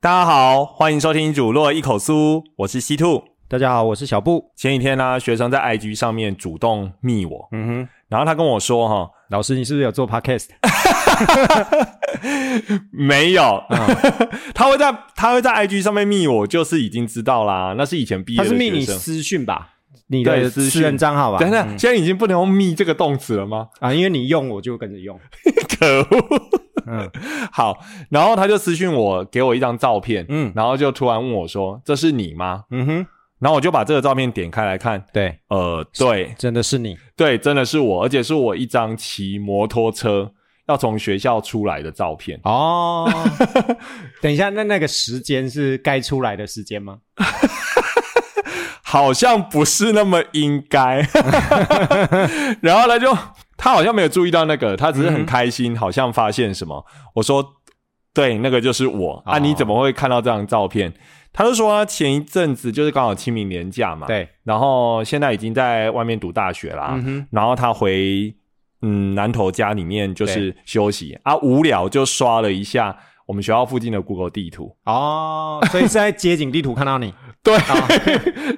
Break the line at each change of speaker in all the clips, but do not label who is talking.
大家好，欢迎收听《乳酪一口酥》，我是西兔。
大家好，我是小布。
前几天呢、学生在 IG 上面主动密我，
嗯哼，
然后他跟我说：“哈，
老师，你是不是有做 podcast？
没有， 他会在他会在 IG 上面密我，就是已经知道啦，那是以前毕业
他
的
是密
学
你
生。
私讯吧？你
对
的
私
私
讯
人账号吧？嗯
等等，现在已经不能用“密”这个动词了吗？
啊，因为你用我就跟着用。
可恶！
嗯
好，然后他就私讯我，给我一张照片，
嗯
然后就突然问我说：“这是你吗
嗯哼，？”
然后我就把这个照片点开来看，
对，
呃，对
真的是你。
对，真的是我，而且是我一张骑摩托车要从学校出来的照片。
哦， 等一下，那那个时间是该出来的时间吗？
好像不是那么应该。 然后他就他好像没有注意到那个，他只是
嗯
很开心，好像发现什么。我说对，那个就是我啊！
哦
你怎么会看到这张照片？他就说他啊前一阵子就是刚好清明年假嘛，，
对，
然后现在已经在外面读大学啦，
嗯哼，
然后他回嗯南头家里面就是休息啊，无聊就刷了一下我们学校附近的 Google 地 图，
哦，所以是在街景地图看到你。
对，啊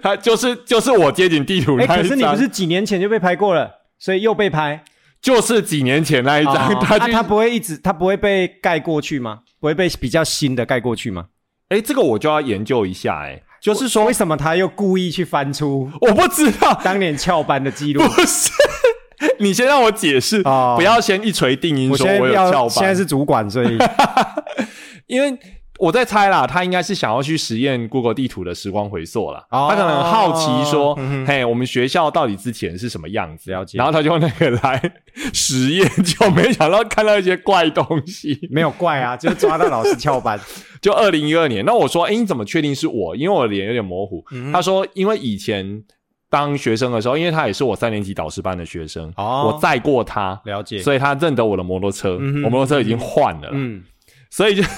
他就是就是 我街景地图那
哎，
一张，
可是你不是几年前就被拍过了，所以又 被拍。
就是几年前那一张，
哦
他
啊
就
它不会一直，它不会被盖过去吗？不会被比较新的盖过去吗？
哎、这个我就要研究一下、诶哎， 就是说
为什么他又故意去翻出
我不知道，
当年翘班的记录？
不是， 你先让我解释，
哦
不要先一锤定音
我
说
现在
有翘
要
班，
现在是主管，所以
因为。我在猜啦，他应该是想要去实验 Google 地图的时光回溯啦。
哦
他可能很好奇说：“
嗯哼
嘿，我们学校到底之前是什么样子？”
了解
然后他就用那个来 实验，就没想到看到一些怪东西。
没有怪啊，就抓到老师翘 班。
就二零一二年，那我说：“哎、你怎么确定是我？因为我脸有点模糊。
嗯
他说，因为以前当学生的时候，因为他也是我三年级导师班的学生，
哦
我载过他，
了解，
所以他认得我的摩托车，
嗯哼
我摩托车已经换了啦，
嗯，
所以就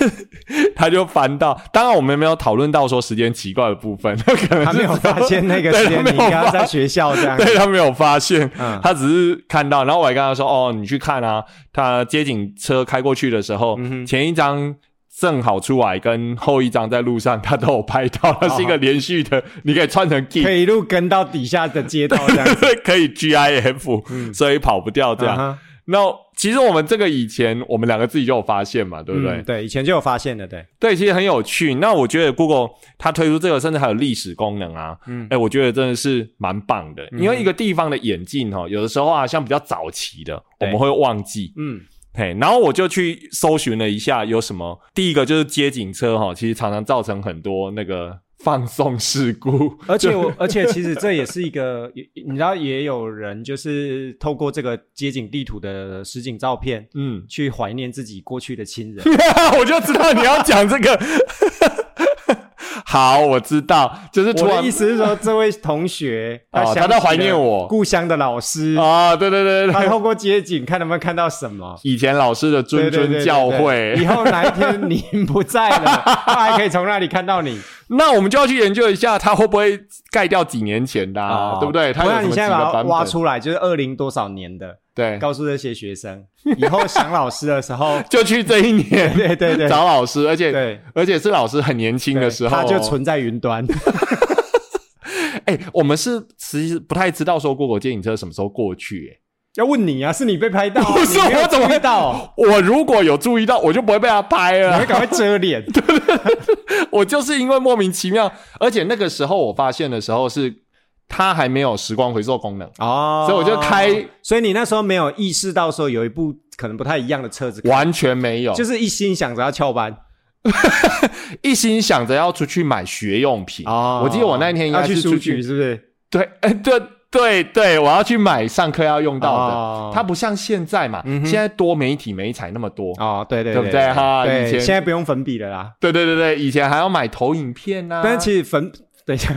他就翻到。当然，我们没有讨论到说时间奇怪的部分， 他可能
他
是
没有
只有
发现那个
对
时
他
间你
没
应
有
该要
发
在学校这样。
对他没有发现，
嗯
他只是看到，然后我还跟他说：“哦，你去看啊，他街景车开过去的时候，
嗯哼
前一张正好出来，跟后一张在路上，他都有拍到， 它是一个连续的，你可以穿成 G，
啊可以一路跟到底下的街道这样子。
可以 GIF，、所以跑不掉 这样。
嗯啊哈
那其实我们这个以前我们两个自己就有发现嘛，对不对？
嗯对，以前就有发现的，对，
对，其实很有趣。那我觉得 Google 它推出这个，甚至还有历史功能啊，嗯
嗯，
哎，我觉得真的是蛮棒的。因为一个地方的演进哦，有的时候啊，像比较早期的，我
对
们会忘记，
嗯，
嘿，然后我就去搜寻了一下有什么。第一个就是街景车哈、其实常常造成很多那个放送事故，
而且我， 而且其实这也是一个，也你知道，也有人就是透过这个街景地图的实景照片，
嗯，
去怀念自己过去的亲人。
我就知道你要讲这个。 好，我知道，就是 突
我
然
的意思是说，这位同学，
哦
想
他在
起
怀念
了
我
故乡的老师，
啊，对对对对
他
对，
透过街景看能不能看到 什么。
以前老师的谆
对对对
谆
对
教
对
诲，
以后哪一天你不在 了，他还可以从那里看到你
那我们就要去研究一下，它会不会盖掉几年前的、啊
哦
对不对？它有
然
什
你
么几
现在
个
把它
版
挖
本？
出来，就是二零多少年的，
对，
告诉这些学生，以后想老师的
，
时候
就去这一年
对 对对
找老师，而且
对，
而且是老师很年轻的时候哦，
它就存在云端。
哎、我们是其实不太知道说 Google 接影车什么时候过去、哎
要问你啊，是你被拍到 啊，
不是
你没有
我怎么
注
会
意到？
我如果有注意到，我就不会被他拍
你
了
会。赶快遮脸，
我就是因为莫名其妙，而且那个时候我发现的时候是它还没有时光回溯功能，
哦
所以我就开，
所以你那时候没有意识到说有一部可能不太一样的车子，
完全没有，
就是一心想着要翘班
一心想着要出去买学用品。
哦
我记得我那一天应
要
该
去
是
书
出去
局，是不是？
对， 哎、对对对，我要去买上课要用到的。
哦
它不像现在嘛，
嗯哼
现在多媒体媒材那么多。
哦，对对
对不对哈以
对，
前
现在不用粉笔了啦。
对对对对，以前还要买投影片呐、啊，
但是其实粉，等一下，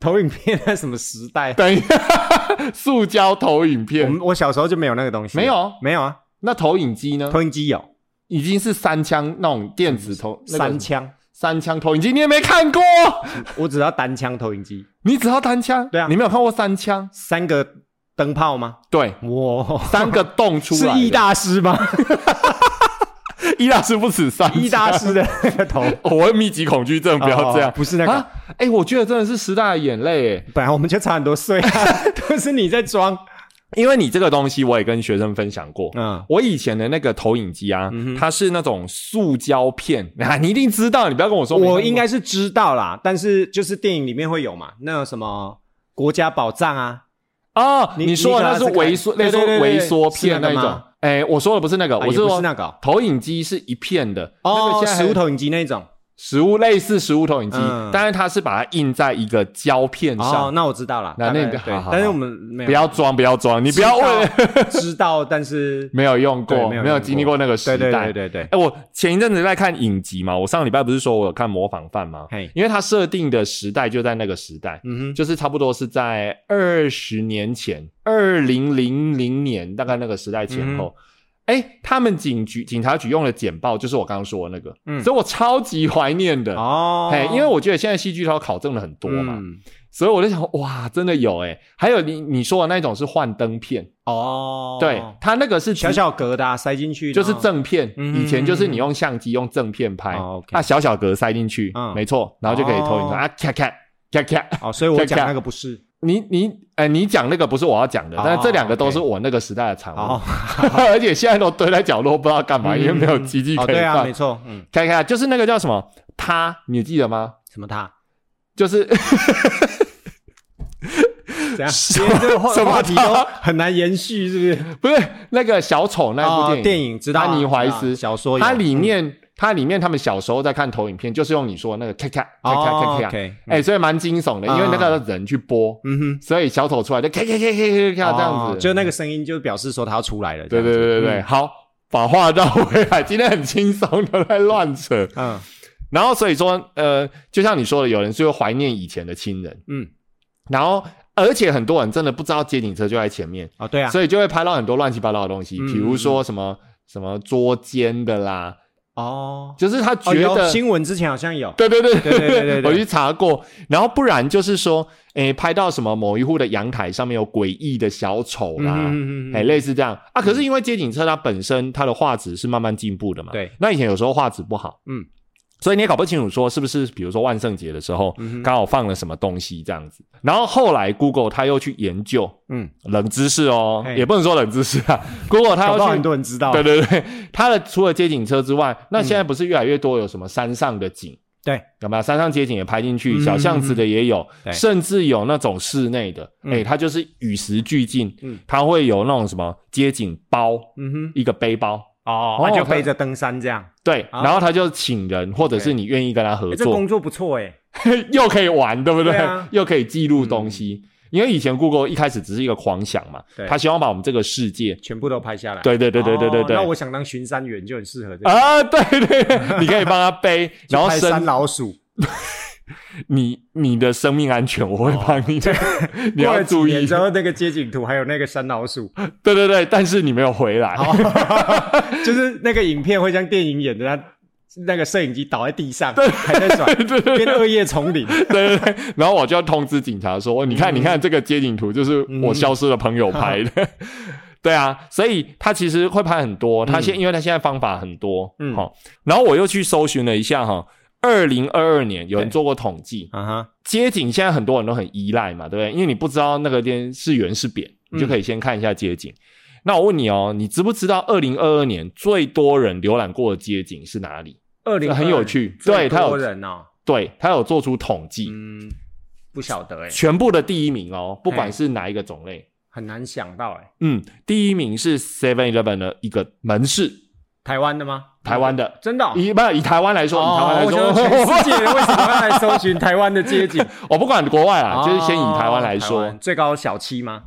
投影片在什么时代？
等一下， 塑胶投影
我
片
们，我小时候就没有那个东西，
没有
没有啊，
那投影机呢？
投影机有
已经是三枪那种电子投、那个
三枪，
三枪投影机，你也没看过，
我只要单枪投影机，
你只要单枪，
对啊
你没有看过三枪，
三个灯泡吗？
对，
哇，
三个洞出
是
来的，
易大师吗？
易大师不止三枪，
易大师的那个头，
哦，我有密集恐惧症， 不要这样
哦，不是那个
啊，哎，我觉得真的是时代的眼泪，哎，
本来我们就差很多岁啊， 都是你在装。
因为你这个东西我也跟学生分享过，
嗯，
我以前的那个投影机啊，它是那种塑胶片， 啊，你一定知道，你不要跟我说没看过，
我应该是知道啦，但是就是电影里面会有嘛，那有什么国家宝藏啊，
啊，
你
你说的那是
你给他
微缩，那
这个
时候
对对对对
微缩片
是
那
那个
一
吗
种。哎，我说的不是那个，
啊
我
也不是
说
那个哦
投影机是一片的，那
哦
个，现在还
食物投影机那种。
食物类似食物投影机
嗯，
但是它是把它印在一个胶片
哦，
上。
那我知道了。
那
大概
那个
对
好好，
但是
好
我们没有，
不要装，不要装，你不要为 了
问，知道，但是
没有用
对
过，
没有
没
用
有经历过那个时
对对
代
对。对对，
哎，我前一阵子在看影集嘛，我上个礼拜不是说我有看《模仿犯》吗？
嘿，
因为它设定的时代就在那个时代，
嗯哼，
就是差不多是在二十年前，二零零零年大概那个时代前
嗯
后。哎、他们警局警察局用的简报就是我刚刚说的那个，
嗯
所以我超级怀念的。
哦，
哎，因为我觉得现在戏剧它考证了很多嘛，
嗯
所以我就想，哇，真的有哎、还有你你说的那种是幻灯片，
哦，
对，它那个是
小
直
小格的啊塞进去，
就是
然后
正片，
嗯
以前就是你用相机用正片拍，
哦，OK
啊小小格塞进去，
嗯
没错，然后就可以投影出来、
哦
啊，咔咔咔咔，
哦，所以我
再
讲
看
那个不是
你你呃，你讲那个不是我要讲的，
哦
但是这两个
OK
都是我那个时代的产物，
哦，
而且现在都堆在角落，不知道干嘛，
嗯
因为没有机器
哦，
可以
对啊，
放。
没错，嗯，
看看，就是那个叫什么他，你记得吗？
什么 他
就是
怎样？
什
今天这个话
什么
话题
他
都很难延续，是不是？
不是那个小丑那
哦
部，电
电
影，
影知道啊
丹尼怀斯
知道啊小说有，嗯
它里面它里面他们小时候在看投影片，就是用你说的那个咔咔咔咔
哦
咔咔，
，OK，
哎，所以蛮惊悚的，因为那个人去播，
嗯哼，
所以小丑出来就咔咔咔咔咔咔这样
哦
子，
就那个嗯声音就表示说他要出来了，这
对
样
对
子
对对对，，好，把话绕回来，今天很轻松的在乱扯。
嗯
然后所以说，呃，就像你说的，有人是会怀念以前的亲人，
嗯，
然后而且很多人真的不知道街景车就在前面，
哦，对啊，
所以就会拍到很多乱七八糟的东西，
嗯
比如说什么什么捉奸的啦，
哦，
就是他觉
哦，有
得。
新闻之前好像 有，
对对对
对对对对对
我去查过，然后不然就是说，诶，拍到什么某一户的阳台上面有诡异的小丑啦，
嗯嗯嗯
哎、类似这样啊。可是因为街景车它本身它的画质是慢慢进步的嘛，
对。
那以前有时候画质不好，
嗯，
所以你也搞不清楚说是不是，比如说万圣节的时候
嗯
刚、好放了什么东西这样子。然后后来 Google 它又去研究
嗯，
冷知识哦
嘿，
也不能说冷知识啊，Google 它
搞到
要
很
去。
多人知道，嗯
对对对，它的除了街景车之外，那现在不是越来越多有什么山上的景，
对，
有没有山上街景也拍进去，
嗯
小巷子的也有，
对
甚至有那种室内的，
嗯
哎、它就是与时俱进，
嗯
它会有那种什么街景包，
嗯哼，
一个背包，
哦，
哦
他就
他
背着登山这样，
对，
啊
然后他就请人，或者是你愿意跟他合
诶这
作，
工作不错哎，
又可以玩，对不对？
对啊嗯
又可以记录东西，因为以前 Google 一开始只是一个狂想嘛
对，
他希望把我们这个世界，
全部都拍下来，
对对对对对对
哦
对，
那我想当巡山员就很适合这样，
啊，对对， 对你可以帮他背，然后
去拍山
生
老鼠，
你你的生命安全，我会帮你， 你
哦过
要
了几
注
年
意
之，后那个街景图还有那个山老鼠，
对对对，但是你没有回来，
哦就是那个影片会像电影演的，他那个摄影机倒在地上，还在转，
对对对
变恶夜 丛林，
对对对，然后我就要通知警察
嗯
说，哦你看，你看这个街景图就是我消失的朋友拍 的。对啊，所以他其实会拍很多，他现、因为他现在方法很多，
嗯
嗯，好，然后我又去搜寻了一下哈，二零二二年有人做过统计，
啊哈，
街景现在很多人都很依赖嘛，对不对？因为你不知道那个边是圆是扁，
嗯
你就可以先看一下街景。那我问你哦，你知不知道二零二二年最多人浏览过的街景是哪里？
二零
很有趣对他有
多人哦，
对，他有做出统计，
嗯，不晓得哎，
全部的第一名哦，不
嘿
管是哪一个种类，
很难想到哎，
嗯，第一名是 Seven Eleven 的一个门市，
台湾的吗？
台湾的，
真的哦
以不以台湾来说，以台湾来
哦我
说，
想说全世界人为什么要来搜寻台湾的街景？哦
我不管国外啊，就是先以台湾来
台
说
湾，最高小七吗？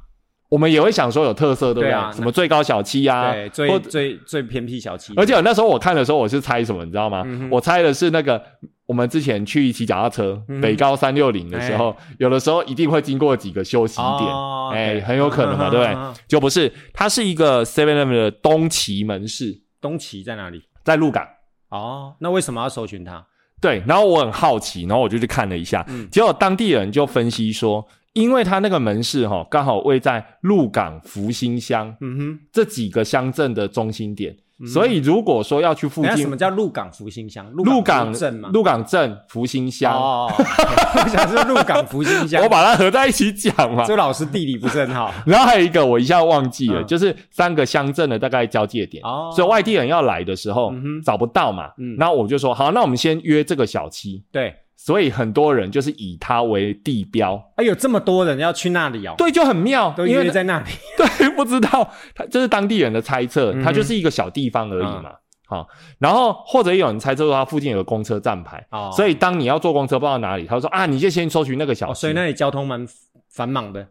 我们也会想说有特色，对不
对
对
啊？
什么最高小七啊，
对，
或
最最最偏僻小七，
而且那时候我看的时候，我是猜什么，你知道吗？
嗯
我猜的是那个我们之前去骑脚踏车、
嗯
北高三六零的时候，有的时候一定会经过几个休息点，
哎哦
哎、
对
很有可能嘛，
嗯
对不
嗯嗯嗯
对？就不是，它是一个 Seven Eleven 的东崎门市，
东崎在哪里？
在鹿港。
哦，那为什么要搜寻它？
对，然后我很好奇，然后我就去看了一下，
嗯
结果当地人就分析说，因为他那个门市哈、刚好位在鹿港、福兴乡
嗯哼，
这几个乡镇的中心点，所以如果说要去附
嗯等一下什
近
么，叫鹿港福星乡？
鹿
港
港
镇嘛，
鹿港镇、福兴乡，
哦，我想是鹿港福星乡。
我把它合在一起讲嘛。
这老师地理不是很好。
然后还有一个我一下忘记了，
嗯
就是三个乡镇的大概交界点，
哦
所以外地人要来的时候、
嗯哼
找不到嘛，
嗯
然后我就说好，那我们先约这个小七，
对，
所以很多人就是以它为地标，
哎，有这么多人要去那里哦，
对，就很妙，
都
因为
约在那里。
对，不知道，他这是当地人的猜测，
嗯哼嗯
它就是一个小地方而已嘛。好、然后或者也有人猜测说它附近有个公车站牌，
哦，
所以当你要坐公车不知道哪里，他就说啊，你就先搜寻那个小
哦，
区。
所以那里交通蛮繁忙的。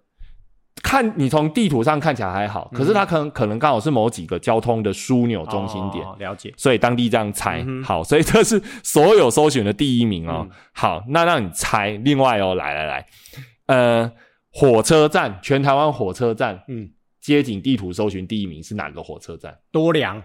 看你从地图上看起来还好，
嗯
可是它可能、可能刚好是某几个交通的枢纽中心点。
哦了解。
所以当地这样猜，
嗯哼
好，所以这是所有搜寻的第一名哦。
嗯
好，那让你猜，另外哦，来来来，呃，火车站，全台湾火车站
嗯，
街景地图搜寻第一名是哪个火车站？
多良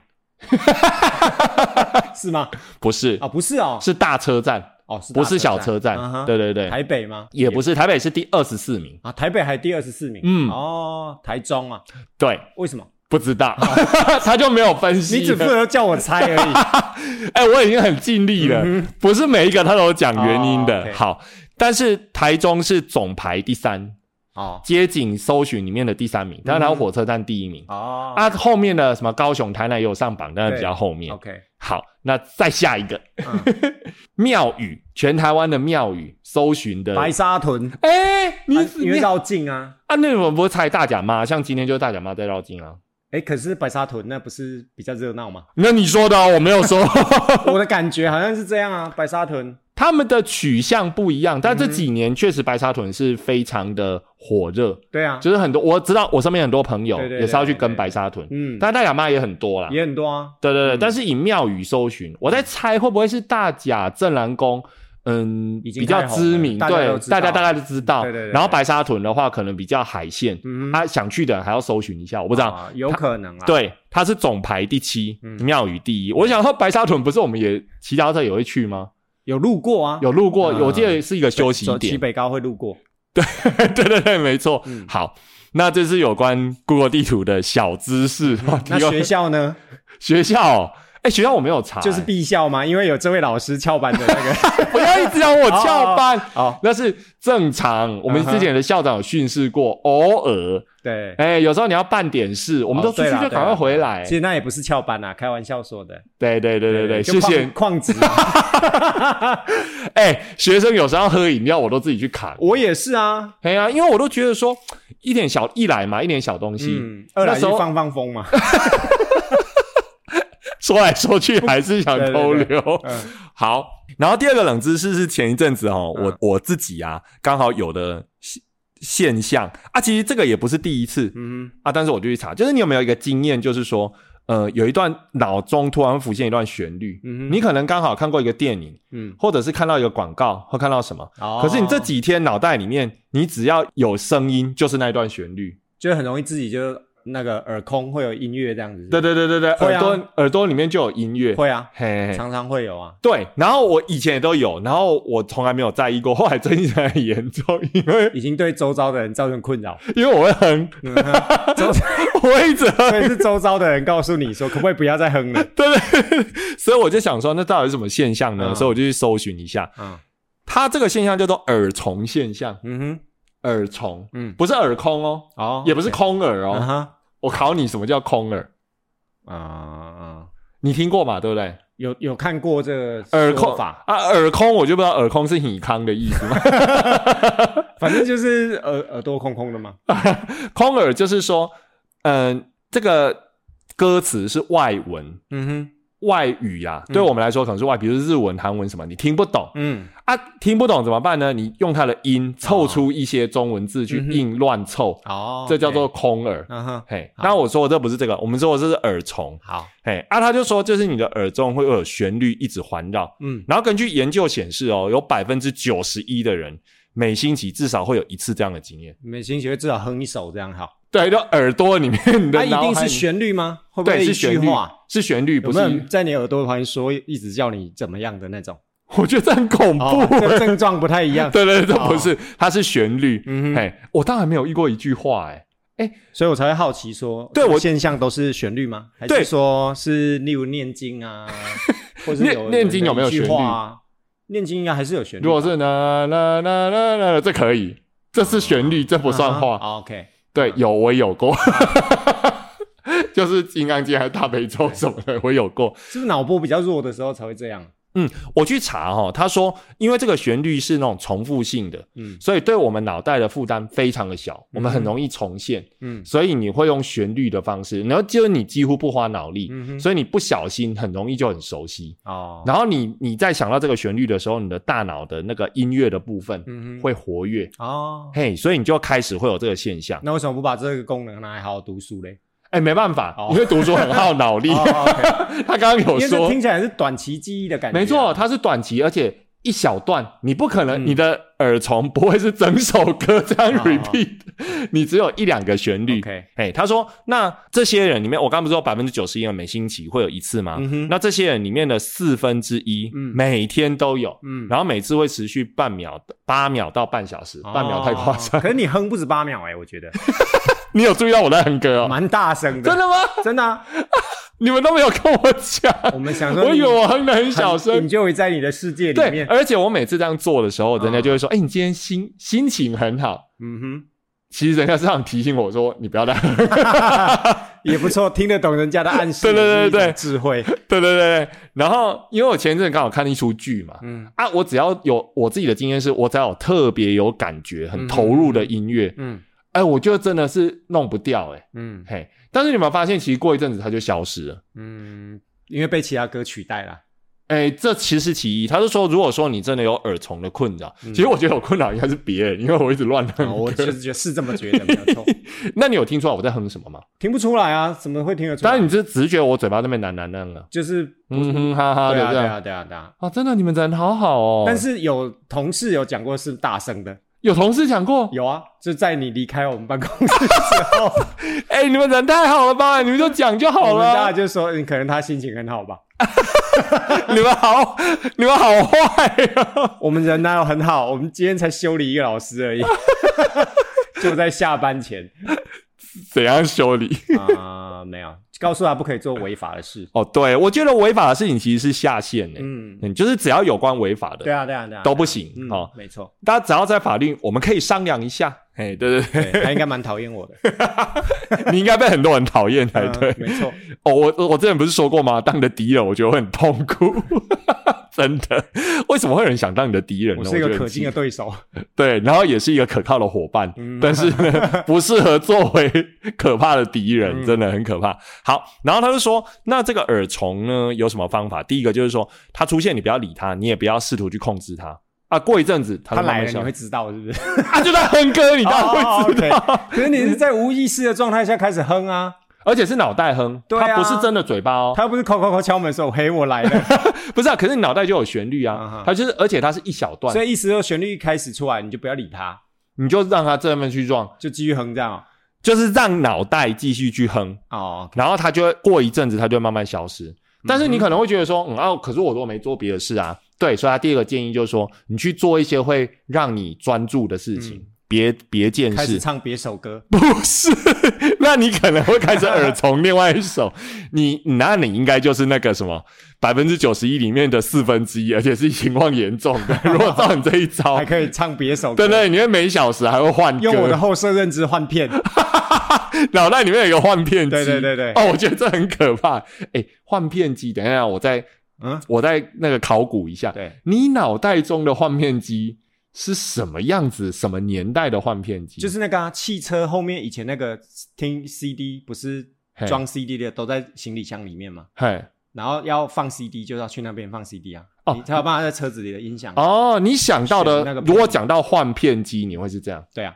是吗？
不是，
啊，不是哦，
是大车站，
哦，是
不是小
大
车站。
嗯哼
对对对，
台北吗？
也不是，台北是第二十四名。
啊，台北还第二十四名。
嗯
哦，台中啊，
对，
为什么？
不知道， 他就没有分析。
哦你只负责叫我猜而已。
哎、我已经很尽力了，不是每一个他都有讲原因的。
哦，OK
好，但是台中是总排第三，
哦
街景搜寻里面的第三名，当然它火车站第一名。
哦
啊，后面的什么高雄、台南也有上榜，但是比较后面。
，OK，
好，那再下一个
嗯
庙宇，全台湾的庙宇搜寻的，
白沙屯，
哎、你
啊
你
因为绕境啊。
啊，那我不是猜大甲妈，像今天就是大甲妈在绕境啊。
哎，可是白沙屯那不是比较热闹吗？
那你说的、哦，我没有说，
我的感觉好像是这样啊，白沙屯。
他们的取向不一样，但这几年确实白沙屯是非常的火热，
对啊，
就是很多我知道我身边很多朋友
对对对
也是要去
对
跟
对
白沙屯，
嗯，
但大甲妈也很多啦。
也很多啊。
对对对，
嗯
但是以庙宇搜寻，我在猜会不会是大甲镇澜宫，嗯，
已经
比较知名，
太红了
对，
大
大家
家都知道
大概都知道。
对对对
然后白沙屯的话，可能比较海线，
嗯哼，
他想去的人还要搜寻一下，我不
不
知道。
有可能啊。，
对，它是总排第七
嗯，
庙宇第一。我想说，白沙屯不是我们也骑脚踏车也会去吗？
有路过啊，
有路过，
嗯
我记得是一个休息
走
点
西。北高会 路过。
对对对，没错
嗯。
好，那这是有关 Google 地图的小知识。
嗯那
提供
学校呢，
学校哦，哎，学校我没有查，
就是
哎
必校嘛，因为有这位老师翘班的 那个。
不要一直让 我翘班。
哦，
那是正常。我们之前的校长有训示
嗯
过，偶尔，
对，
哎、有时候你要办点事，我们都
哦
出去
对啦
就赶快回来。
其实那也不是翘班啊，开玩笑说的。
对对对对对，谢谢。
矿职。
哎、学生有时候要喝饮料，我都自己去扛。
我也是啊，
哎呀、因为我都觉得说，一点小一来嘛，一点小东西，
嗯，二来
那
去
时候
放 放风嘛。
说来说 去还是想偷
对
流。
嗯
好，然后第二个冷知识是前一阵子哦，
嗯
我我自己啊，刚好有的现现象啊，其实这个也不是第一次，
嗯哼，
啊，但是我就去查，就是你有没有一个经验，就是说，呃，有一段脑中突然会浮现一段旋律，
嗯哼
你可能刚好看过一个电影，
嗯，
或者是看到一个广告，或看到什么，
哦
可是你这几天脑袋里面，你只要有声音，就是那一段旋律。
就很容易自己就那个耳空会有音乐这样子。
对，对对对对，
会
耳
啊
朵耳朵里面就有音乐，
会啊，
嘿嘿嘿。
常常会有啊。
对，然后我以前也都有，然后我从来没有在意过，后 来最近才很严重，因为
已经对周遭的人造成困扰，
因为我会哼，
嗯哼周
我会一直哼，
所以是周遭的人告诉你说，可不可以不要再哼了？
对对对，所以我就想说，那到底是什么现象呢？
嗯
所以我就去搜寻一下，
嗯
它这个现象叫做耳虫现象，
嗯哼，
耳虫，
嗯，
不是耳空哦，
哦，
也不是空耳
啊
哦。
哈，
我考你，什么叫空耳？
啊啊，
你听过嘛？对不对？
有有看过这个
耳
说
空
法，
啊，耳空，我就不知道耳空是你康的意思吗？
反正就是耳耳朵空空的嘛。
空耳就是说，嗯、这个歌词是外文。
嗯哼，
外语啊，对我们来说可能是外，比如日文、韩文什么，你听不懂
嗯，
啊，听不懂怎么办呢？你用它的音凑出一些中文字去
嗯哼
硬乱凑，
哦，
这叫做
OK，
空耳。
嗯哼，
嘿，
好
那我说的这不是这个，我们说的这是耳虫。
好，
嘿，啊，他就说就是你的耳中会有旋律一直环绕，
嗯，
然后根据研究显示哦，有百分之九十一的人每星期至少会有一次这样的经验。
每星期会至少哼一首这样好。
对，就耳朵里面你
它
的
一
脑
定
海
是
里
旋律吗？会不会
对
一
是
句
旋律
话？
是旋律，
有
不
没有人
是
在你耳朵旁边说，一直叫你怎么样的那种？
我觉得这很恐怖、
哦，
欸。
这症状不太一样，
对对对，这不是，它是旋律。
哦嗯哼，
嘿，我当然没有遇过一句话、欸，
所以我才会好奇说，
对我
现象都是旋律吗？还
对
是说是例如念 经啊，或是
念
有
念经有没有旋律
一句话啊？念经应该还是有旋律吧，
如果是啦啦啦啦啦，这可以，这是旋律，这不算话。
啊哈、o k
对，有我有过， 就是《金刚经》还是《大悲咒》什么的，我有过。
是不是脑波比较弱的时候才会这样？
嗯，我去查哈、哦，他说，因为这个旋律是那种重复性的，
嗯
所以对我们脑袋的负担非常的小，我们很容易重现，
嗯
所以你会用旋律的方式，然后就是你几乎不花脑力，
嗯哼，
所以你不小心很容易就很熟悉。
哦，
然后你你在想到这个旋律的时候，你的大脑的那个音乐的部分
嗯哼，
会活跃，
哦，
嘿，所以你就开始会有这个现象。
那为什么不把这个功能拿来好好读书 嘞？
哎，没办法，
哦
因为读书很耗脑力。
哦，OK
他刚刚有
因为这
说，
听起来是短期记忆的感觉啊，
没错，它是短期，而且一小段，你不可能，
嗯
你的耳虫不会是整首歌这样
哦
repeat，、你只有一两个旋律。
，OK，
哎，他说，那这些人里面，我刚不是说百分之九十一人每星期会有一次吗？
嗯哼
那这些人里面的四分之一，
嗯
每天都有，
嗯，
然后每次会持续半秒、八秒到半小时，半秒太夸张。
哦可是你哼不止八秒哎、我觉得
你有注意到我在哼歌哦？
蛮大声 的，
真的吗？
真的啊、
你们都没有跟我讲，
我们想说你，
我以为我哼的很小声
你。就会在你的世界里
对，
面，
而且我每次这样做的时候，
嗯
人家就会说：“哎、你今天心心情很好。
嗯”
其实人家是想提醒我说：“你不要再哼。
哼，也不错，听得懂人家的暗示，
对对对
也是一种
对
智慧，”
对对对对。然后，因为我前一阵刚好看一出剧嘛，
嗯
啊，我只要有我自己的经验是，我只要有特别有感觉、很投入的音乐，
嗯
哎、我就真的是弄不掉、哎，
嗯
嘿。但是你有没有发现，其实过一阵子它就消失了？
嗯，因为被其他歌取代了，
哎，这其实其一，他是说，如果说你真的有耳虫的困扰，
嗯
其实我觉得有困扰应该是别人，因为哦我一直乱哼
啊我
歌
就是觉得是这么觉得，没有错，
那你有听出来我在哼什么吗？
听不出来啊，怎么会听得出来？
当然，你这只是觉得我嘴巴那边喃喃喃了，
就是
嗯哼哈哈
对
的这
啊对
样。
啊对啊对啊，
啊，真的，你们人好好哦。
但是有同事有讲过是大声的，
有同事讲过，
有啊，就在你离开我们办公室的时候。
哎，你们人太好了吧？你们就讲就好
我们大家
了。
就说，嗯，可能他心情很好吧。
你们好，你们好坏哦。
我们人哪有很好？我们今天才修理一个老师而已，就在下班前
怎样修理？
啊、没有告诉他不可以做违法的事。
哦，对，我觉得违法的事情其实是下限诶，
嗯，
嗯，就是只要有关违法
对
的
啊，对啊，对啊，
都不行
嗯，
哦。
没错，
大家只要在法律，我们可以商量一下。哎，对对对，
对他应该蛮讨厌我的，
你应该被很多人讨厌才对
嗯。没错，
哦，我我我之前不是说过吗？当你的敌人，我觉得我很痛苦， 真的。为什么会有人想当你的敌人呢？
我是一
觉
个
得
可
很
敬的
奇
对手。
对，然后也是一个可靠的伙伴，
嗯
但是 呢，不适合作为 可怕的敌
嗯
人，真的很可怕。好，然后他就说，那这个耳虫呢有什么方法？第一个就是说，它出现你不要理它，你也不要试图去控制它。啊，过一阵子它
他
就慢
来
慢
了，你
消
会知道是不是？
啊，就在哼歌，你当然会知道，
哦哦，OK 可是你是在无意识的状态下开始哼啊，
而且是脑袋哼，
对啊
它不是真的嘴巴哦，
他又不是叩叩叩敲门说“嘿，我来了
不是啊，可是你脑袋就有旋律
嗯
啊
哼，
它就是，而且它是一小”，段
所，以意思就是旋律一开始出来，你就不要理他，
你就让它这面去撞，
就继续哼这样哦。
就是让脑袋继续去哼，
哦
然后它就会过一阵子，它就会慢慢消失。但是你可能会觉得说，嗯啊，可是我如果没做别的事啊，对，所以他第二个建议就是说，你去做一些会让你专注的事情，别别件
开始
事，
唱别首歌，
不是？ 那你可能会开始耳从另外一 首，你那你应该就是那个什么百分之九十一里面的四分之一，而且是情况严重 的。如果照你这一招
还，可以唱别首歌，
对对，你会每小时还会换歌，
用我的后设认知换片，
脑袋里面有一个换片机，
对对对对
哦，我觉得这很可怕。哎，换片机，等一下，我再
嗯，
我再那个考古一下，
对，
你脑袋中的换片机是什么样子、什么年代的换片机？
就是那个、啊、汽车后面以前那个听 CD 不是
嘿
装 CD 的都在行李箱里面嘛，
嘿，
然后要放 CD 就要去那边放 CD 啊，
哦
你才有办法在车子里的音响，
哦，你想到
选
的
那，个
如果讲到换片机，你会是这样。
对啊，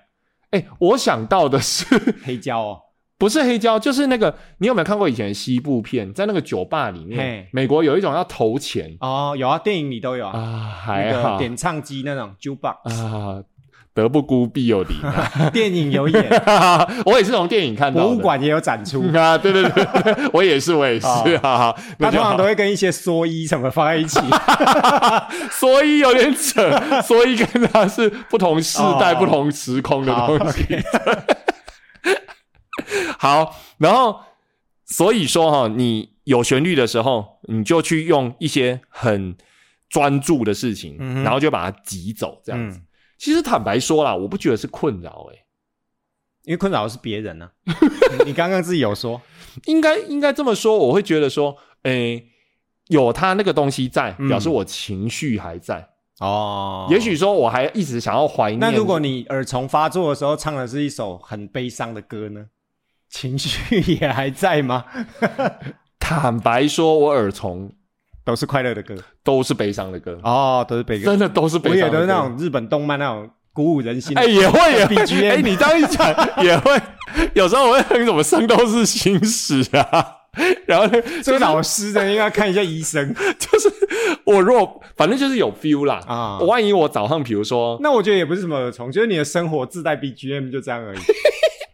哎，我想到的是，
黑胶哦，
不是黑胶，就是那个，你有没有看过以前的西部片？在那个酒吧里面
嘿，
美国有一种要投钱
哦有啊，电影里都有
啊，
啊，那
还
个
好
点唱机那种 jukebox，、
啊， 德不孤必有邻、啊，
电影有演，
我也是从电影看到的。
博物馆也有展出，
嗯 啊，对对对，对我也是，我也是，
哦
哈哈。
它
那
通
就
常
好
都会跟一些蓑衣什么放在一 起。
所以有点 扯，所以跟它是不同世代、
哦
不同时空的
好
东西。 好，然后所以说哈、你有旋律的时候，你就去用一些很专注的事情，
嗯哼
然后就把它挤走，这样子。
嗯，
其实坦白说啦，我不觉得是困扰、欸，
因为困扰的是别人 呢、啊。你你刚刚自己有说，
应该应该这么说，我会觉得说，诶、有他那个东西在，
嗯
表示我情绪还在。
哦
也许说我还一直想要怀念。
那如果你耳虫发作的时候唱的是一首很悲伤的歌呢？情绪也还在吗？
坦白说，我耳虫
都是快乐的歌
都是悲伤的歌，
哦，都是悲歌。
真的都是悲
我
伤的
也
歌。
都是那种日本动漫那种鼓舞人心的
哎、也会也会，哎、
BGM
你这样一讲也会，有时候我会哼什么《圣斗士星矢》啊， 然后呢，
所以老师呢，应该看一下医 生
就是我若反正就是有 feel 啦。
啊。
万一我早上比如说，
那我觉得也不是什么耳虫，就是你的生活自带 BGM 就这样 而已。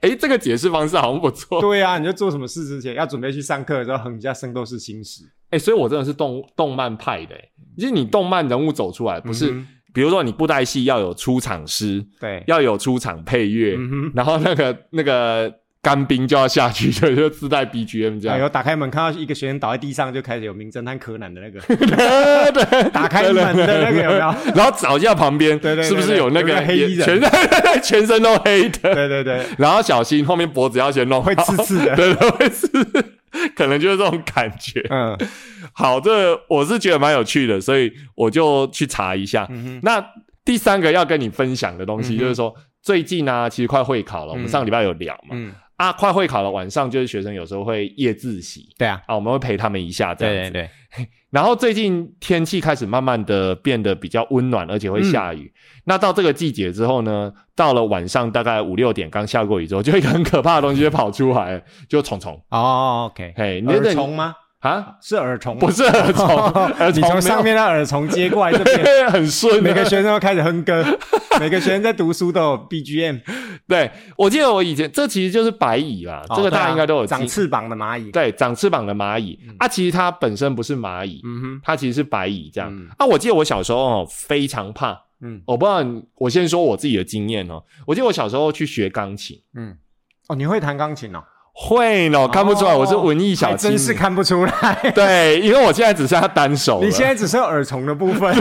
哎、这个解释方式好像不错。
对啊，你就做什么事之前要准备去上课的时候哼一下《圣 斗士星矢》。
哎、所以我真的是动动漫派的、欸，就是你动漫人物走出来，不是、
嗯
比如说你布袋戏要有出场诗，
对，
要有出场配乐，
嗯
然后那个那个干冰就要下去， 就就自带 BGM 这
哼，哎
样。
呦，打开门看到一个学生倒在地上，就开始有名侦探柯南 的那个
对，
打开门的那个有没有？
然后找一下旁边，
对对对
是不是有那
有
个
个黑衣人
全身全身都黑的，
对对对，
然后小心后面脖子要先弄好
会刺，刺的。
对对会刺，可能就是这种感觉。
嗯
好，这我是觉得蛮有趣的，所以我就去查一下。
嗯
那第三个要跟你分享的东西，
嗯哼
就是说、最近呢、其实快会考了，我们
嗯
上礼拜有聊嘛。
嗯，
啊，快会考了，晚上就是学生有时候会夜自习
对啊，
啊，我们会陪他们一下这样子。
对，
然后最近天气开始慢慢的变得比较温暖，而且会下雨。
嗯
那到这个季节之后呢，到了晚上大概五六点刚下过雨之后，就一个很可怕的东西就跑出来，就虫虫。
哦，OK，
嘿，你
耳虫吗？
啊？
是耳虫吗，哦
不是耳 虫，耳虫
你从
没有
上面的耳虫接过来 这边，
对很顺啊
每
的
个。学生都开始 哼歌，每个学生在读书都有 BGM，
对，我记得我以前这其实就是白蚁啦，这个大家应该都有
哦对啊长
记。
翅膀的蚂蚁。
对，长翅膀的蚂蚁啊，其实它本身不是蚂蚁，
嗯
它其实是白蚁这样
嗯。
啊，我记得我小时候哦非常怕，
哼，嗯
我不知道你，我先说我自己的经验哦。我记得我小时候去学钢琴，
嗯，哦，你会弹钢琴哦？
会呢，看不出来我是文艺小
还
青
真
年。
是看不出来，
对，因为我现在只剩下单手了，
你现在只是有耳虫的部 分。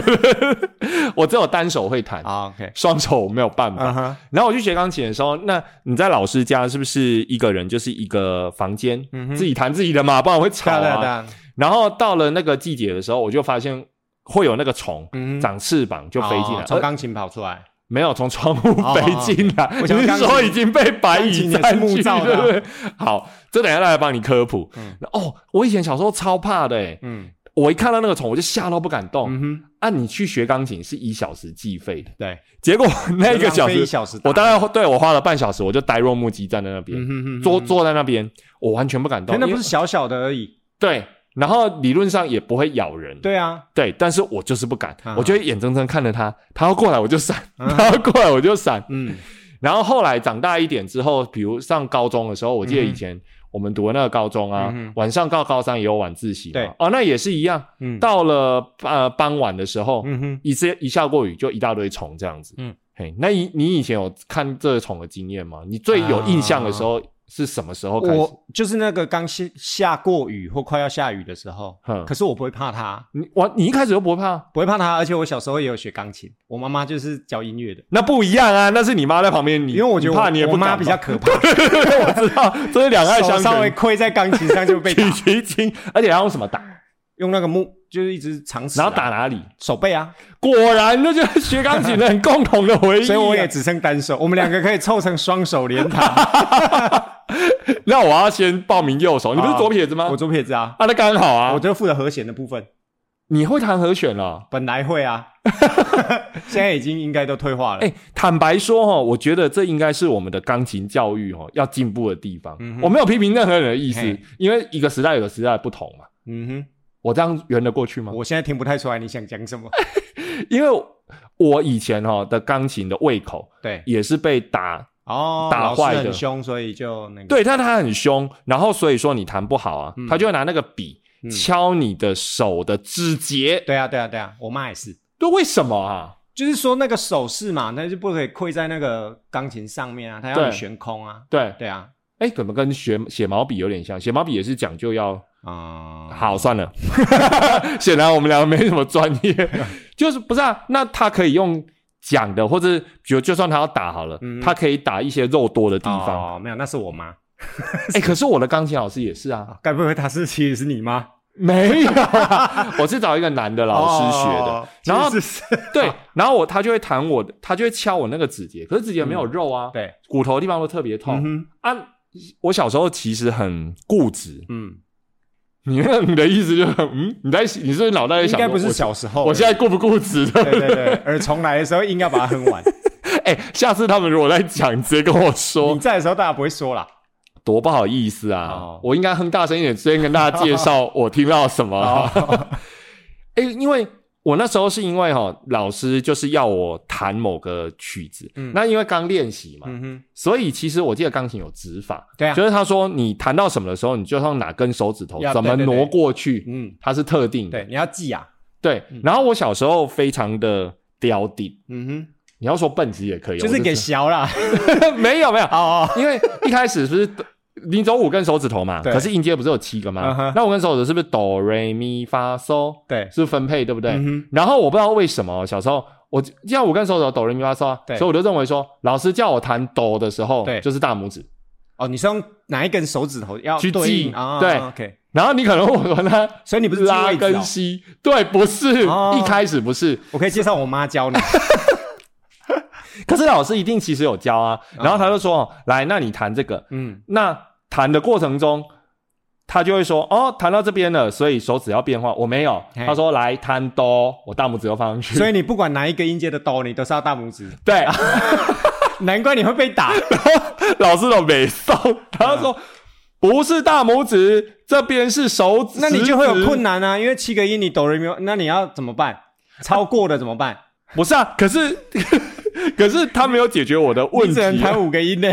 我只有单手会弹，
啊，OK，
双手我没有办法。
嗯哼，
然后我去学钢琴的时候，那你在老师家是不是一个人就是一个房间，
嗯哼
自己弹自己的嘛，不然我会吵
对啊对啊
啊。
对啊，
然后到了那个季节的时候，我就发现会有那个虫、
嗯哼
长翅膀就飞进来，
哦从
呃
钢琴跑出来。
没有从窗户
哦
飞进来，
我
你
想
是
钢琴
说已经被白蚁
钢琴也是
占
木
据
造
了？
的
对
啊
不对好，这等一下再来帮你科普。
嗯
哦，我以前小时候超怕的、欸，
嗯
我一看到那个虫我就吓到不敢动。
嗯哼，
啊，你去学钢琴是一小时计费的，
对，
结果那一
就
个
浪
小
费一
时，
小时打，
我大概对我花了半小时，我就呆若木鸡站在那边，
嗯哼哼，
坐
哼，
坐在那边，我完全不敢
可
动。
是那
因
不
为
是小小的而已。
对，然后理论上也不会咬人，
对啊，
对，但是我就是不敢，
啊
我就会眼睁睁看着它，它要过来我就闪，它要过来我就闪。
嗯
然后后来长大一点之后，比如上高中的时候，我记得以前我们读的那个高中啊，
嗯嗯哼
晚上到高三也有晚自习嘛，
对
哦，那也是一样。
嗯，
到了呃傍晚的时候，
嗯哼，
一次一下过雨就一大堆虫这样子。
嗯，
嘿，那你你以前有看这个虫的经验吗？你最有印象的时候是什么时候开始？
我就是那个刚下下过雨或快要下雨的时候，
哼
可是我不会怕它，
你我你一开始都不会怕，
不会怕它，而且我小时候也有学钢琴，我妈妈就是教音乐的，
那不一样啊，那是你妈在旁边，你
因为我觉得
你怕你也
我
不
我妈
敢
比较
吧，
可怕，
我知道，这是两害
手
相
稍微
权
亏在钢琴上就被打
取，其轻，而且还用什么打？
用那个木就是一直长尺、啊
然后打哪里？
手背啊，
果然，那就是学钢琴的很共同的回忆啊、
所以我也只剩单手，我们两个可以凑成双手连弹。
那我要先报名右手，你不是
好
左撇子吗
啊我？左撇子啊，
啊，那刚好啊
我。就负责和弦的部分，
你会弹和弦了？
本来会 啊，现在已经应该都退化了。
哎、坦白说哈、哦，我觉得这应该是我们的钢琴教育哦要进步的地方。
嗯哼
我没有批评任何人的意思
嘿，
因为一个时代有个时代的不同嘛。
嗯
我这样圆得过去吗
哼，？我现在听不太出来你想讲什么。
因为我以前哈、哦、的钢琴的胃口
对，
也是被打
哦，
打
老师
坏的
很凶，所以就那个
对，但他很凶，然后所以说你弹不好啊，
嗯
他就会拿那个笔
嗯
敲你的手的指节，
对啊，对啊，对啊，我妈也是，
对，为什么啊？
就是说那个手势嘛，那就不可以跪在那个钢琴上面啊，她要
对
你悬空啊，
对，
对啊，
哎，怎么跟学写毛笔有点像？写毛笔也是讲究要
啊、
好，算了， 显然我们两个没什么专 业，就是不是啊？那他可以用讲的，或者是比如就算他要打好了，
嗯
他可以打一些肉多的地方。
哦，没有，那是我妈，
哎、可是我的钢琴老师也是 啊，
该不会她是其实是你妈
没有啊，我是找一个男的 老师学的，
哦
然后
其实是
对，然后我他就会弹我的，他就会敲我那个指节，可是指节没有肉啊，
嗯对，
骨头的地方都特别
嗯
痛、
哼，
啊。我小时候其实很固执，
嗯，
你那你的意思就是，嗯，你在你是不是脑袋里
应
想
该
说
不是
我
小时候，
我现在固不固执的？
对对对，而重来的时候硬要把它哼完，
哎、下次他们如果在讲，你直接跟 我说
你，在的时候大家不会说啦。
多不好意思啊！
哦
我应该哼大声一点，先跟大家介绍我听到什么啊。哎、
哦
因为我那时候是因为哈、老师就是要我弹某个曲子，
嗯
那因为刚练习嘛，
嗯哼，
所以其实我记得钢琴有指法，
对啊，
就是他说你弹到什么的时候，你就用哪根手指头
呀
怎么
对对对
挪过去，
嗯，
它是特定的。
对，你要记啊，
对然后我小时候非常的刁定，
嗯
你要说笨其实也可以，哦
哼，就
哎我
是给小啦，
没有没有，
哦哦，
因为一开始是不是你走五根手指头嘛？
对
可是音阶不是有七个
嗯
吗
哼？
那五根手指是不是哆、瑞、咪、发、嗦？
对，
是不是分配对不对？
嗯哼
然后我不知道为什么小时候我要五根手指头哆、瑞、咪、发、嗦啊，
对
所以我就认为说老师叫我弹哆的时候，
对
就是大拇指。
哦，你是用哪一根手指头要
去
对应
记
啊？
对
，OK，
然后你可能问我说那
所以你不是记
拉
位置
跟
哦，
西，对，不是、
哦
一开始不是，
我可以介绍我妈教你，
可是老师一定其实有教啊。然后他就说，哦、来，那你弹这个，
嗯，
那弹的过程中，他就会说：“哦，弹到这边了，所以手指要变化。”我没有，
嘿
他说：“来弹哆，我大拇指又放上去。”
嗯所
以
以啊你不管哪一个音阶的哆，你都是要大 拇指，
对，
难怪你会 被打，
老师都没送，他就说：“
啊
不是大拇指，这边是手指。”
那你就会有困
难。
难啊，因为七个音你哆来咪，那你要怎么办？超过了怎 么办？
不是啊，可是 可是他没有解决我的问
你
题
只
啊、
能弹五个音呢。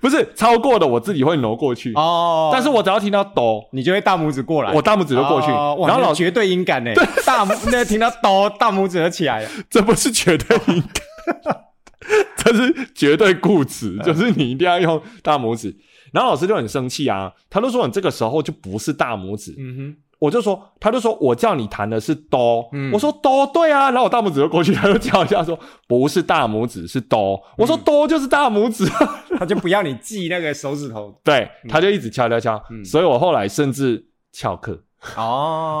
不是超过的，我自己会挪过去。
哦，
但是我只要听到哆，
你就会大拇指过来，
我大拇指就过去。
哦哇
然后
你
老师，
绝对音感呢，大拇那听到哆，大拇指就起来了。
这不是绝对应该，这是绝对固执，就是你一定要用大拇指。然后老师就很生气啊，他就说你这个时候就不是大拇指，
嗯
我就说，他就说我叫你弹的是哆，
嗯
我说哆对啊，然后我大拇指就过去，他就叫一下说不是大拇指是哆，我
嗯
说哆就是大拇指，啊
哼，他就不要你记那个手指头
对，他就一直敲敲敲，
嗯
所以我后来甚至翘课，
哦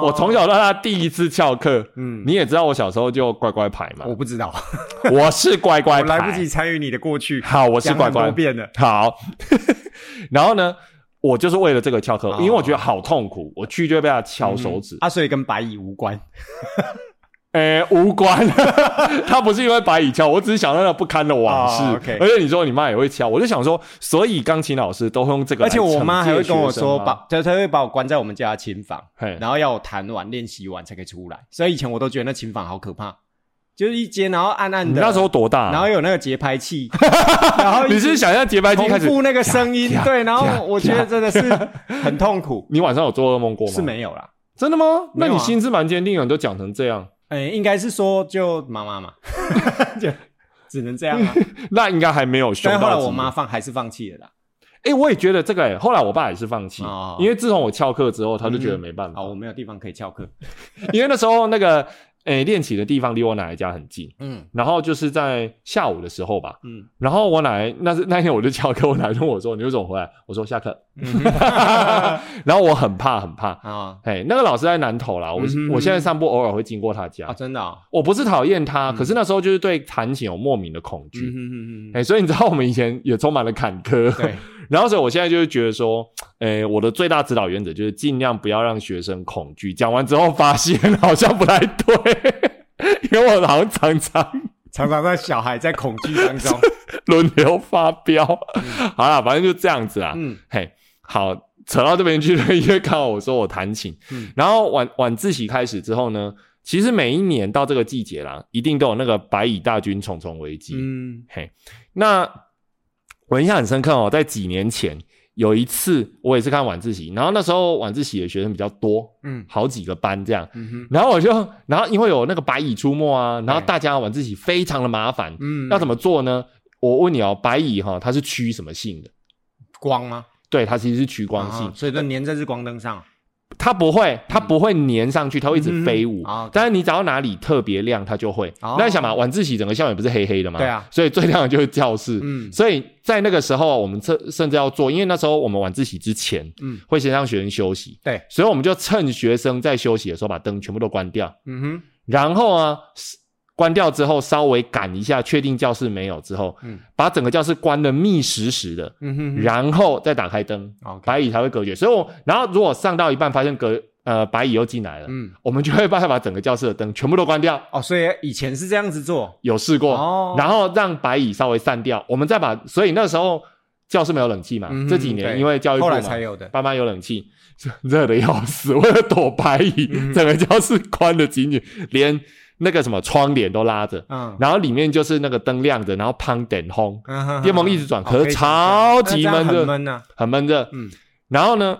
我从小到大第一次翘课，
嗯，
你也知道我小时候就乖乖牌嘛
我，不知道，
我是乖乖
我
牌，
来不及参与你的过去，
好，我是
讲
乖
很多
乖。
遍了。
好， 然后呢，我就是为了这个翘课，
哦
因为我觉得好痛苦，我去就会被他敲手指。
啊，所以跟白蚁无关。嗯
诶、无关， 他不是因为白蚁敲，我只是想到那不堪的往事。
哦，OK
而且你说你妈也会敲，我就想说，所以钢琴老师都会用这个
而
来
且
惩戒学生吗，
我妈还会跟我说，把她她会把我关在我们家的琴房，
嘿
然后要我弹完练习完才可以出来。所以以前我都觉得那琴房好可怕，就是一间，然后暗暗
你
的。
那时候多大、啊
然后有那个节 拍器，然后一直
你是想象节拍机
重
开始？
复那个声音
咔，
对，然后我觉得真的是 很痛苦，
你晚上有做噩梦过吗？
是没有啦。
真的吗？那
没有
你
啊
心智蛮坚定的，你都讲成这样，
哎，应该是说就妈妈嘛， 就只能这 样啊。
那应该还没有凶
但
到
后来
自己
我妈放还是放弃了啦。
哎、我也觉得这个、欸，后来我爸也是放弃，
哦
因为自从我翘课之后，他就觉得没办法，
好，我没有地方可以翘课。
因为那时候那个诶练琴的地方离我奶奶家很近，
嗯
然后就是在下午的时候吧，
嗯，
然后我奶奶那是 那天我就翘课，我奶奶就问我说你为什么回来？我说下 课，嗯然后我很怕很怕，
啊
哎，那个老师在南头啦，我、
嗯哼
我现在散步偶尔会经过他家，
啊，真的啊，
我不是讨厌他，
嗯
可是那时候就是对弹琴有莫名的 恐惧。
嗯哼哼哼
哎、所以你知道我们以前也充满了坎坷，
对，
然后所以我现在就是觉得说，诶，我的最大指导原则就是尽量不要让学生恐惧。讲完之后发现好像不太对， 因为我好像常常
常常在小孩在恐惧当 中，
轮流发飙。好啦，反正就这样子啦。
嗯
嘿，好，扯到这边去了，因为刚好我说我弹琴，
嗯
然后晚晚自习开始之后呢，其实每一年到这个季节啦，一定都有那个白蚁大军重重危机。
嗯，
嘿，那我印象很深刻哦，在几年前有一次，我也是看晚自习，然后那时候晚自习的学生比较多，
嗯
好几个班这样。
嗯哼，
然后我就，然后因为有那个白蚁出没啊，然后
对
大家晚自习非常的麻烦，
哎嗯，
要怎么做呢？我问你哦，白蚁哈、它是趋什么性的？
光吗？
对，它其实是趋光性，
啊所以就粘在日光灯上。
它不会，它不会粘上去，它会一直飞舞。
嗯啊，
但是你只要哪里特别亮，它就会。
哦
那你想嘛，晚自习整个校园不是黑黑的吗？
对啊
所以最亮的就是教室。
嗯
所以在那个时候，我们甚甚至要做，因为那时候我们晚自习之前
嗯，
会先让学生休息，
对，
所以我们就趁学生在休息的时候把灯全部都关掉，
嗯哼，
然后啊，关掉之后稍微赶一下，确定教室没有之后，
嗯
把整个教室关得密实实的，
嗯哼哼，
然后再打开灯，
OK
白蚁才会隔绝。所以我，然后如果上到一半发现隔呃白蚁又进来了，
嗯，
我们就会办法把整个教室的灯全部都关掉。
哦，所以以前是这样子做，
有试过，
哦
然后让白蚁稍微散掉，我们再把，所以那时候教室没有冷气嘛，
嗯哼
啊这几
对
年因为教育部
后来
嘛，
才有的。
慢慢有冷气， 热的要死，为了躲白蚁，
嗯
整个教室关的紧紧，连那个什么窗帘都拉着，
嗯，
然后里面就是那个灯亮着，然后胖点烘，
嗯哼
电风一直转，
哦
可
可
是
以想
超
象
级
那这
闷
样很
热，
闷呐。
很闷热。
嗯，
然后呢，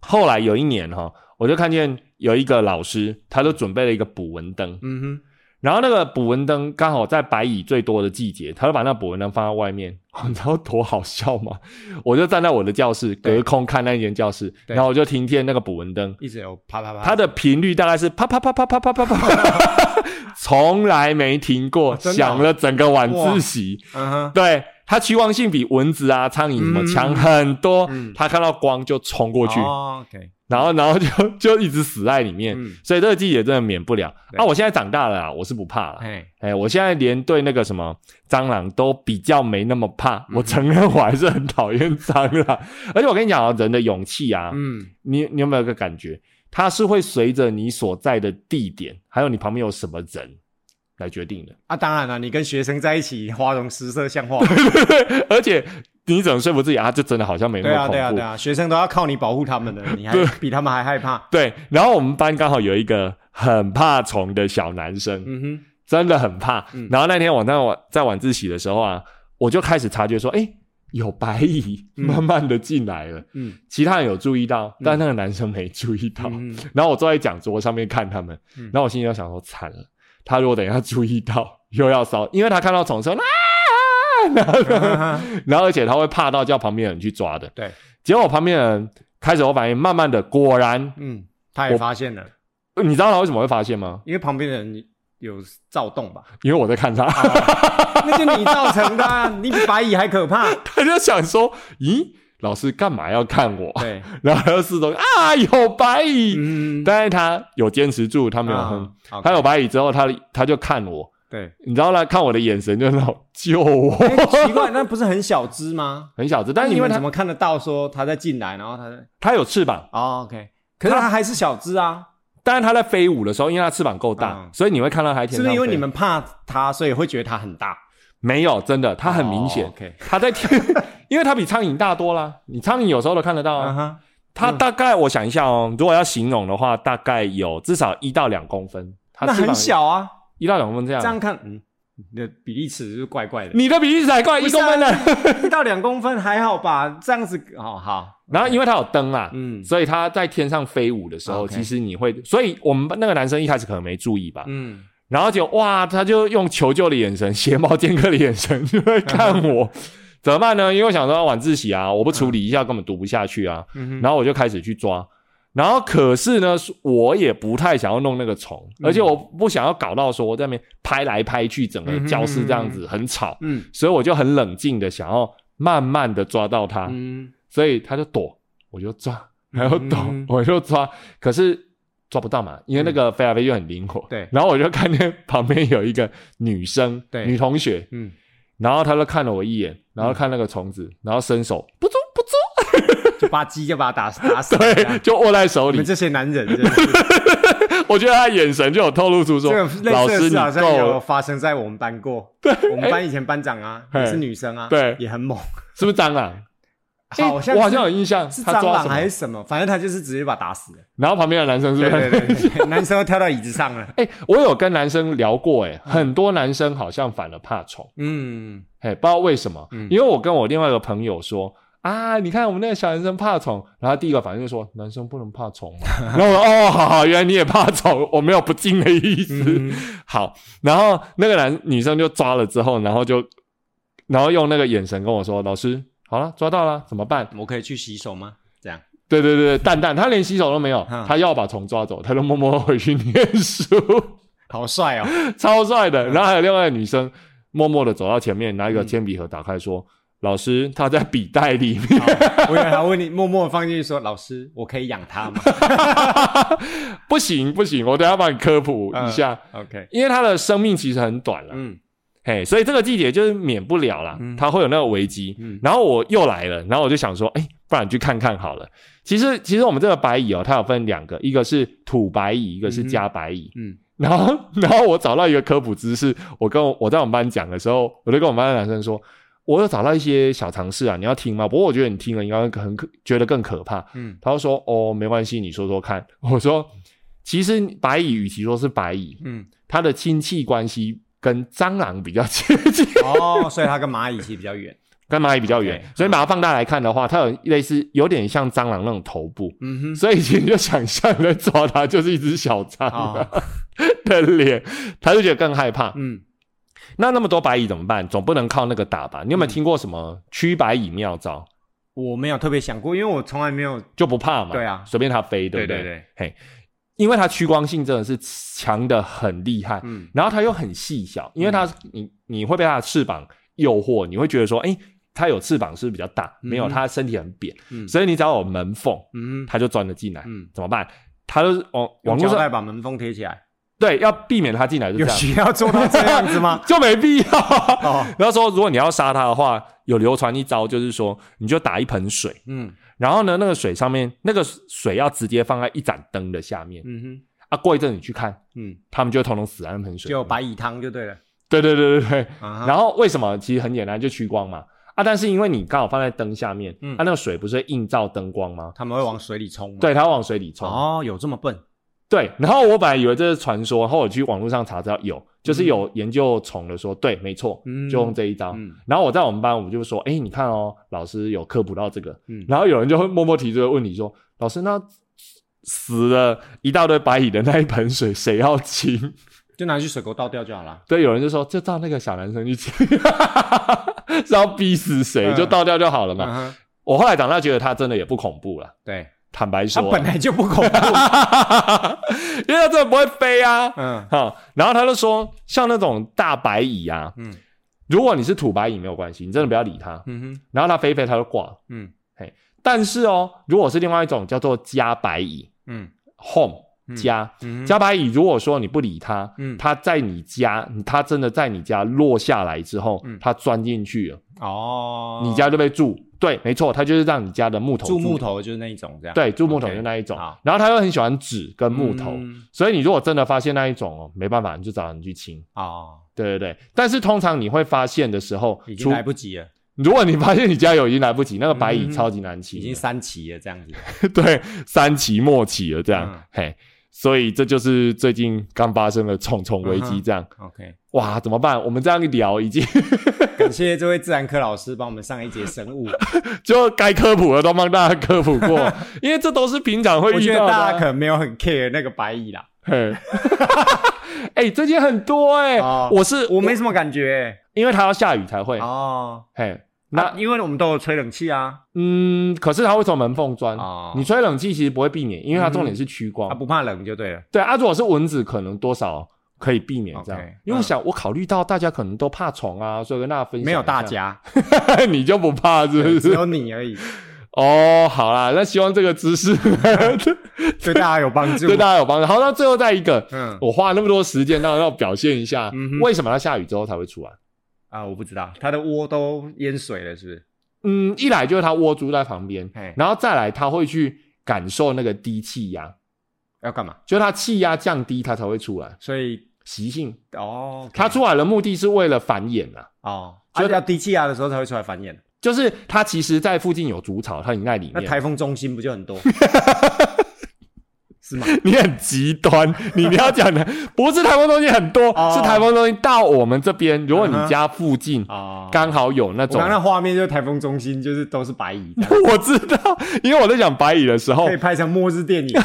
后来有一年哈、我就看见有一个老师，他就准备了一个捕蚊灯，
嗯哼，
然后那个捕蚊灯刚好在白蚁最多的季节，他就把那捕蚊灯放在外面， 你知道多好笑吗？我就站在我的教室，
对
隔空看那间教室，
对啊
然后我就听见那个捕蚊灯，
一直有啪啪啪。
它的频率大概是啪啪啪啪啪啪啪啪啪， 从来没停过，
真的哦
响了整个晚自习。
嗯哼，
对，它趋光性比蚊子啊、苍蝇什么
嗯
强很多。
嗯
它看到光就冲过去，
哦 OK，
然后然后就 就一直死在里面。
嗯
所以这个季节真的免不了。
对
啊，我现在长大了啊，我是不怕了。
哎，
哎，我现在连对那个什么蟑螂都比较没那么怕。
嗯
我承认我还是很讨厌蟑螂， 而且我跟你讲啊，人的勇气啊，
嗯，
你你有没有一个感觉，它是会随着你所在的地点，还有你旁边有什么人来决定的。
啊，当然了，你跟学生在一起，花容失色像话。
而且你只能说服自己啊，这真的好像没那
对
么恐
啊，
怖。
对啊，对啊，学生都要靠你保护他们的，你还比他们还害怕。
对然后我们班刚好有一个很怕虫的小男生，
嗯哼，
真的很怕。
嗯
然后那天晚上我在晚自习的时候啊，我就开始察觉说，哎，有白蚁
嗯
慢慢的进来了。
嗯
其他人有注意到，但那个男生没注意到。
嗯哼
然后我坐在讲桌上面看他们，
嗯
然后我心里就想说，惨了，他如果等一下注意到，又要烧，因为他看到虫的时候啊，然后 然后而且他会怕到叫旁边的人去抓的。
对，
结果我旁边的人开始有反应，慢慢的，果然，
嗯，他也发现了，
呃你知道他为什么会发现吗？
因为旁边的人有躁 动吧，
因为我在看他，
那就你造成的啊，你比白蚁还 可怕。
他就想说，咦，老师干嘛要看我？
对，
然后他就四周啊，有白蚁，
嗯，
但是他有坚持住，他
他
没有哼。
好，
他有白蚁之后，他他就看我，
对，
你知道他看我的眼神就是那种救 我，
哎奇怪，那不是很小只吗？
很小只，但是因
你
为
们
他
怎么看得到说他在进来，然后他在
他有翅膀，
哦 OK，可是他还是小只啊，
但是他在飞舞的时候，因为他翅膀够大，
嗯
所以你会看到他在天
是
上
不
飞。
是因为你们怕他，所以会觉得他很大？
没有真的，他很明显，
哦，OK，
他在天， 因为他比苍蝇大多啦，你苍蝇有时候都看得到
啊
啊。
哈，
它大概我想一下哦，如果要形容的话，大概有至少一到两公分，它
那
翅膀
很，小啊。
一到两公分这样。
这样看，嗯，你的比例尺是怪怪的，
你的比例才快一
不是啊
公分呢。
一到两公分还好吧？这样子，哦，好，
然后因为它有灯啦，
嗯
所以它在天上飞舞的时候，
OK
其实你会，所以我们那个男生一开始可能没注意吧，
嗯，
然后就哇，他就用求救的眼神、 邪猫剑客的眼神就会看我，
嗯
怎么办呢？因为我想说晚自习啊，我不处理一下根本读不下去啊，
嗯哼
然后我就开始去抓。然后可是呢，我也不太想要弄那个虫，
嗯
而且我不想要搞到说在那边拍来拍去，整个教室这样子很吵，
嗯
所以我就很冷静的想要慢慢的抓到它，
嗯，
所以他就躲，我就抓，还要躲，
嗯
我就抓，可是抓不到嘛，因为那个飞来飞去很灵活。
对
然后我就看见旁边有一个女生，
对
女同学，
嗯，
然后她就看了我一眼，然后看那个虫子，然后伸 手，不捉不捉，
就把鸡就把它打打死，这样
对，就握在手
你
里
们。这些男人，真的是
我觉得她眼神就有透露出
这
说
个，
老
类似
师你
的事好像
够
有
了，
发生在我们班过，对，我们班以前班长啊，
哎
也是女生啊，
对
也很猛，
是不是蟑螂？
好像
我好
是
像有印象，
是
他
蟑
抓
螂
什
还
么？
是什么，反正他就是直接把他打死了。
然后旁边的男生是
对
不是？
对对对，男生都跳到椅子上了。
哎、我有跟男生聊过、哎，很多男生好像反而怕虫，
嗯，
哎，不知道为什么，
嗯
因为我跟我另外一个朋友说。啊！你看我们那个小男生怕虫，然后第一个反应就说男生不能怕虫嘛。 然后我说哦，好好，原来你也怕虫，我没有不敬的意思。
嗯
好，然后那个男女生就抓了之后，然后就，然后用那个眼神跟我说：“老师，好了，抓到了，怎么办
我可以去洗手吗？这样，？”
对对对，蛋蛋他连洗手都没有
嗯，
他要把虫抓走，他就默默回去念书，
好帅哦。
超帅
嗯
的。然后还有另外一个女生默默的走到前面，拿一个铅笔盒打开说：“老师，他在笔袋里面。
我以为他问你，默默放进去说：“老师，我可以养它吗
不行不行，我等一下帮你科普一下，
？”OK，
因为他的生命其实很短了。
嗯
嘿，所以这个季节就是免不了啦，
嗯
它会有那个危机。
嗯
然后我又来了，然后我就想说，哎、不然你去看看好了。其实，其实我们这个白蚁哦，它有分两个，一个是土白蚁，一个是家白蚁。
嗯
然后，然后我找到一个科普知识，我跟我我在我们班讲的时候，我就跟我们班的男生说，我有找到一些小常识啊，你要听吗？不过我觉得你听了应该很可，觉得更可怕。
嗯
他就说，哦，没关系，你说说看。我说，其实白蚁与其说是白蚁，
嗯，
它的亲戚关系跟蟑螂比较 接近，
哦，所以它跟蚂蚁其实比较远。
跟蚂蚁比较远
OK，嗯
所以把它放大来看的话，它有类似有点像蟑螂那种头部，
嗯哼，
所以其实就想象在抓它就是一只小蟑螂
哦，
的脸，它就觉得更害怕。
嗯，
那那么多白蚁怎么办？总不能靠那个打吧？你有
嗯
没有听过什么驱白蚁妙招？
我没有特别想过，因为我从来没有。
就不怕嘛？
对啊
随便它飞，对不
对
对
对，
嘿，因为它趋光性真的是强的很厉害，
嗯
然后它又很细小，因为它、你你会被它的翅膀诱惑，你会觉得说，哎、它有翅膀是不是比较大，没有，
嗯哼
它身体很扁，
嗯
所以你只要有门缝，
嗯哼
它就钻了进来，
嗯，
怎么办？它就是网哦网
用
络
胶带
上
把门缝贴起来，
对要避免它进来，就这
有
样，？
需要做到这样子吗
就没必要啊。
哦，
然后说，如果你要杀它的话，有流传一招，就是说你就打一盆水，
嗯
然后呢，那个水上面那个水要直接放在一盏灯的下面、
嗯哼，
啊，过一阵你去看，
嗯，
它们就会统统死在那盆水里
就
面。
白蚁汤就对了。
对对对对对，
啊哈，
然后为什么？其实很简单，就趋光嘛。啊，但是因为你刚好放在灯下面，
嗯
啊，那个水不是会映照灯光吗？
他们会往水里冲吗？
对，它会往水里冲。
哦，有这么笨？
对，然后我本来以为这是传说，后来我去网络上查资料有，就是有研究虫的说，对，没错，
嗯
就用这一招。
嗯
然后我在我们班，我们就说，哎，你看哦，老师有科普到这个，
嗯
然后有人就会默默提出来问你说，老师，那死了一大堆白蚁的那一盆水谁要清？
就拿去水沟倒掉就好了。
对，有人就说就照那个小男生去清， 是要逼死谁
嗯
就倒掉就好了嘛。
嗯哼，
我后来长大觉得他真的也不恐怖了，
对，
坦白
它
说啊，啊
本来就不 恐怖。
因为他真的不会飞啊。
嗯
哈、然后他就说，像那种大白蚁啊，
嗯
如果你是土白蚁没有关系，你真的不要理它。
嗯哼
然后它飞一飞，它就挂了。
嗯
但是哦，如果是另外一种叫做家白蚁
嗯
（home
嗯
家）
嗯哼，
家白蚁，如果说你不理它，
嗯
它在你家，它真的在你家落下来之后，
嗯
它钻进去了，
哦，
你家就被蛀。对，没错，它就是让你家的木头
住木
头，
头就是那一种这样。
对，蛀木头
OK，
就那一种。
好
然后它又很喜欢纸跟木头，
嗯
所以你如果真的发现那一种哦，没办法，你就找人去清。
哦，
对对对，但是通常你会发现的时候，
已经
除
来不及了，
如果你发现你家有已经来不及，那个白蚁
嗯
超级难清
已
的，
经三期了这样子。
对三期末期了这样，
嗯
嘿，所以这就是最近刚发生的重重危
嗯
机
哼
这样，
OK，
哇，怎么办？我们这样一聊，已经
感谢这位自然科老师帮我们上一节生 物，
就该科普的都帮大家科普过，因为这都是平常会
我
遇
觉
到
得
的
大家可
啊、
能没有很 care 那个白蚁啦，
嘿， 哎、最近很多哎、
哦
我是
我没什么感觉
因为它要下雨才会，
欸哦。
嘿，那、
那因为我们都有吹冷气啊，
嗯，可是它会从门缝钻。
哦嗯啊
你吹冷气其实不会避免，因为它重点是趋光。
它不怕冷就对了。
对啊，如果是蚊子，可能多少可以避免这样。
OK，嗯
因为我想，我考虑到大家可能都怕虫啊，所以跟大家分享。
没有大，家，
你就不怕是不
对只
是？
有你 而已，
哦，好啦，那希望这个知 识
对大家有帮助
对。大家有帮助。好，那最后再一个，
嗯
我花那么多时间，当然要表现一下
嗯，哼
为什么它下雨之后才会出来？
啊，我不知道，它的窝都淹水了，是不是？
嗯，一来就是它窝住在旁边
嘿，
然后再来它会去感受那个低气压，
要干嘛？
就是它气压降低，它才会出来。
所以
习性，
哦，
它出来的目的是为了繁衍啊。
哦，
就
就要低气压的时候才会出来繁衍。
就是它其实，在附近有竹草，它已经在里
那
面。
台风中心不就很多？ 是吗？
你很极端，你你要讲的不是台风中心很多，
哦
是台风中心到我们这边。如果你
嗯哼
家附近
啊，
刚好有那
我
种
刚刚，那画面就是台风中心，就是都是白蚁这样，
我知道，因为我在讲白蚁的时候
可以，拍成末日电影。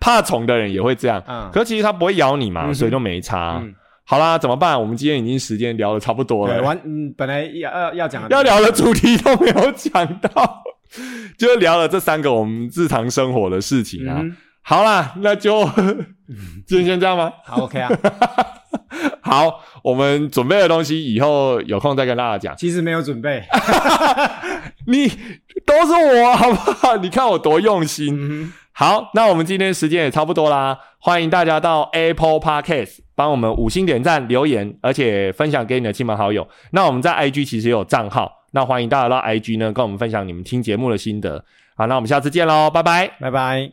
怕虫的人也会这样。
嗯
可其实它不会咬你嘛，
嗯哼
所以就没差
嗯。
好啦，怎么办？我们今天已经时间聊的差不多
对，
了，
完，嗯，本来要要要讲的
要聊的主题都没有讲到， 就聊了这三个我们日常生活的事情啊。
嗯，
好啦，那 就今天先这样吗？
好，OK 啊。
好，我们准备的东西以后有空再跟大家讲。
其实没有准备，
你都是我，好不好？你看我多用心。
嗯
好，那我们今天时间也差不多啦， 欢迎大家到 Apple Podcast 帮我们五星点赞、留言，而且分享给你的亲朋好友。那我们在 IG 其实也有账号，那欢迎大家到 IG 呢跟我们分享你们听节目的心得。好，那我们下次见喽，拜拜。
哼，拜拜。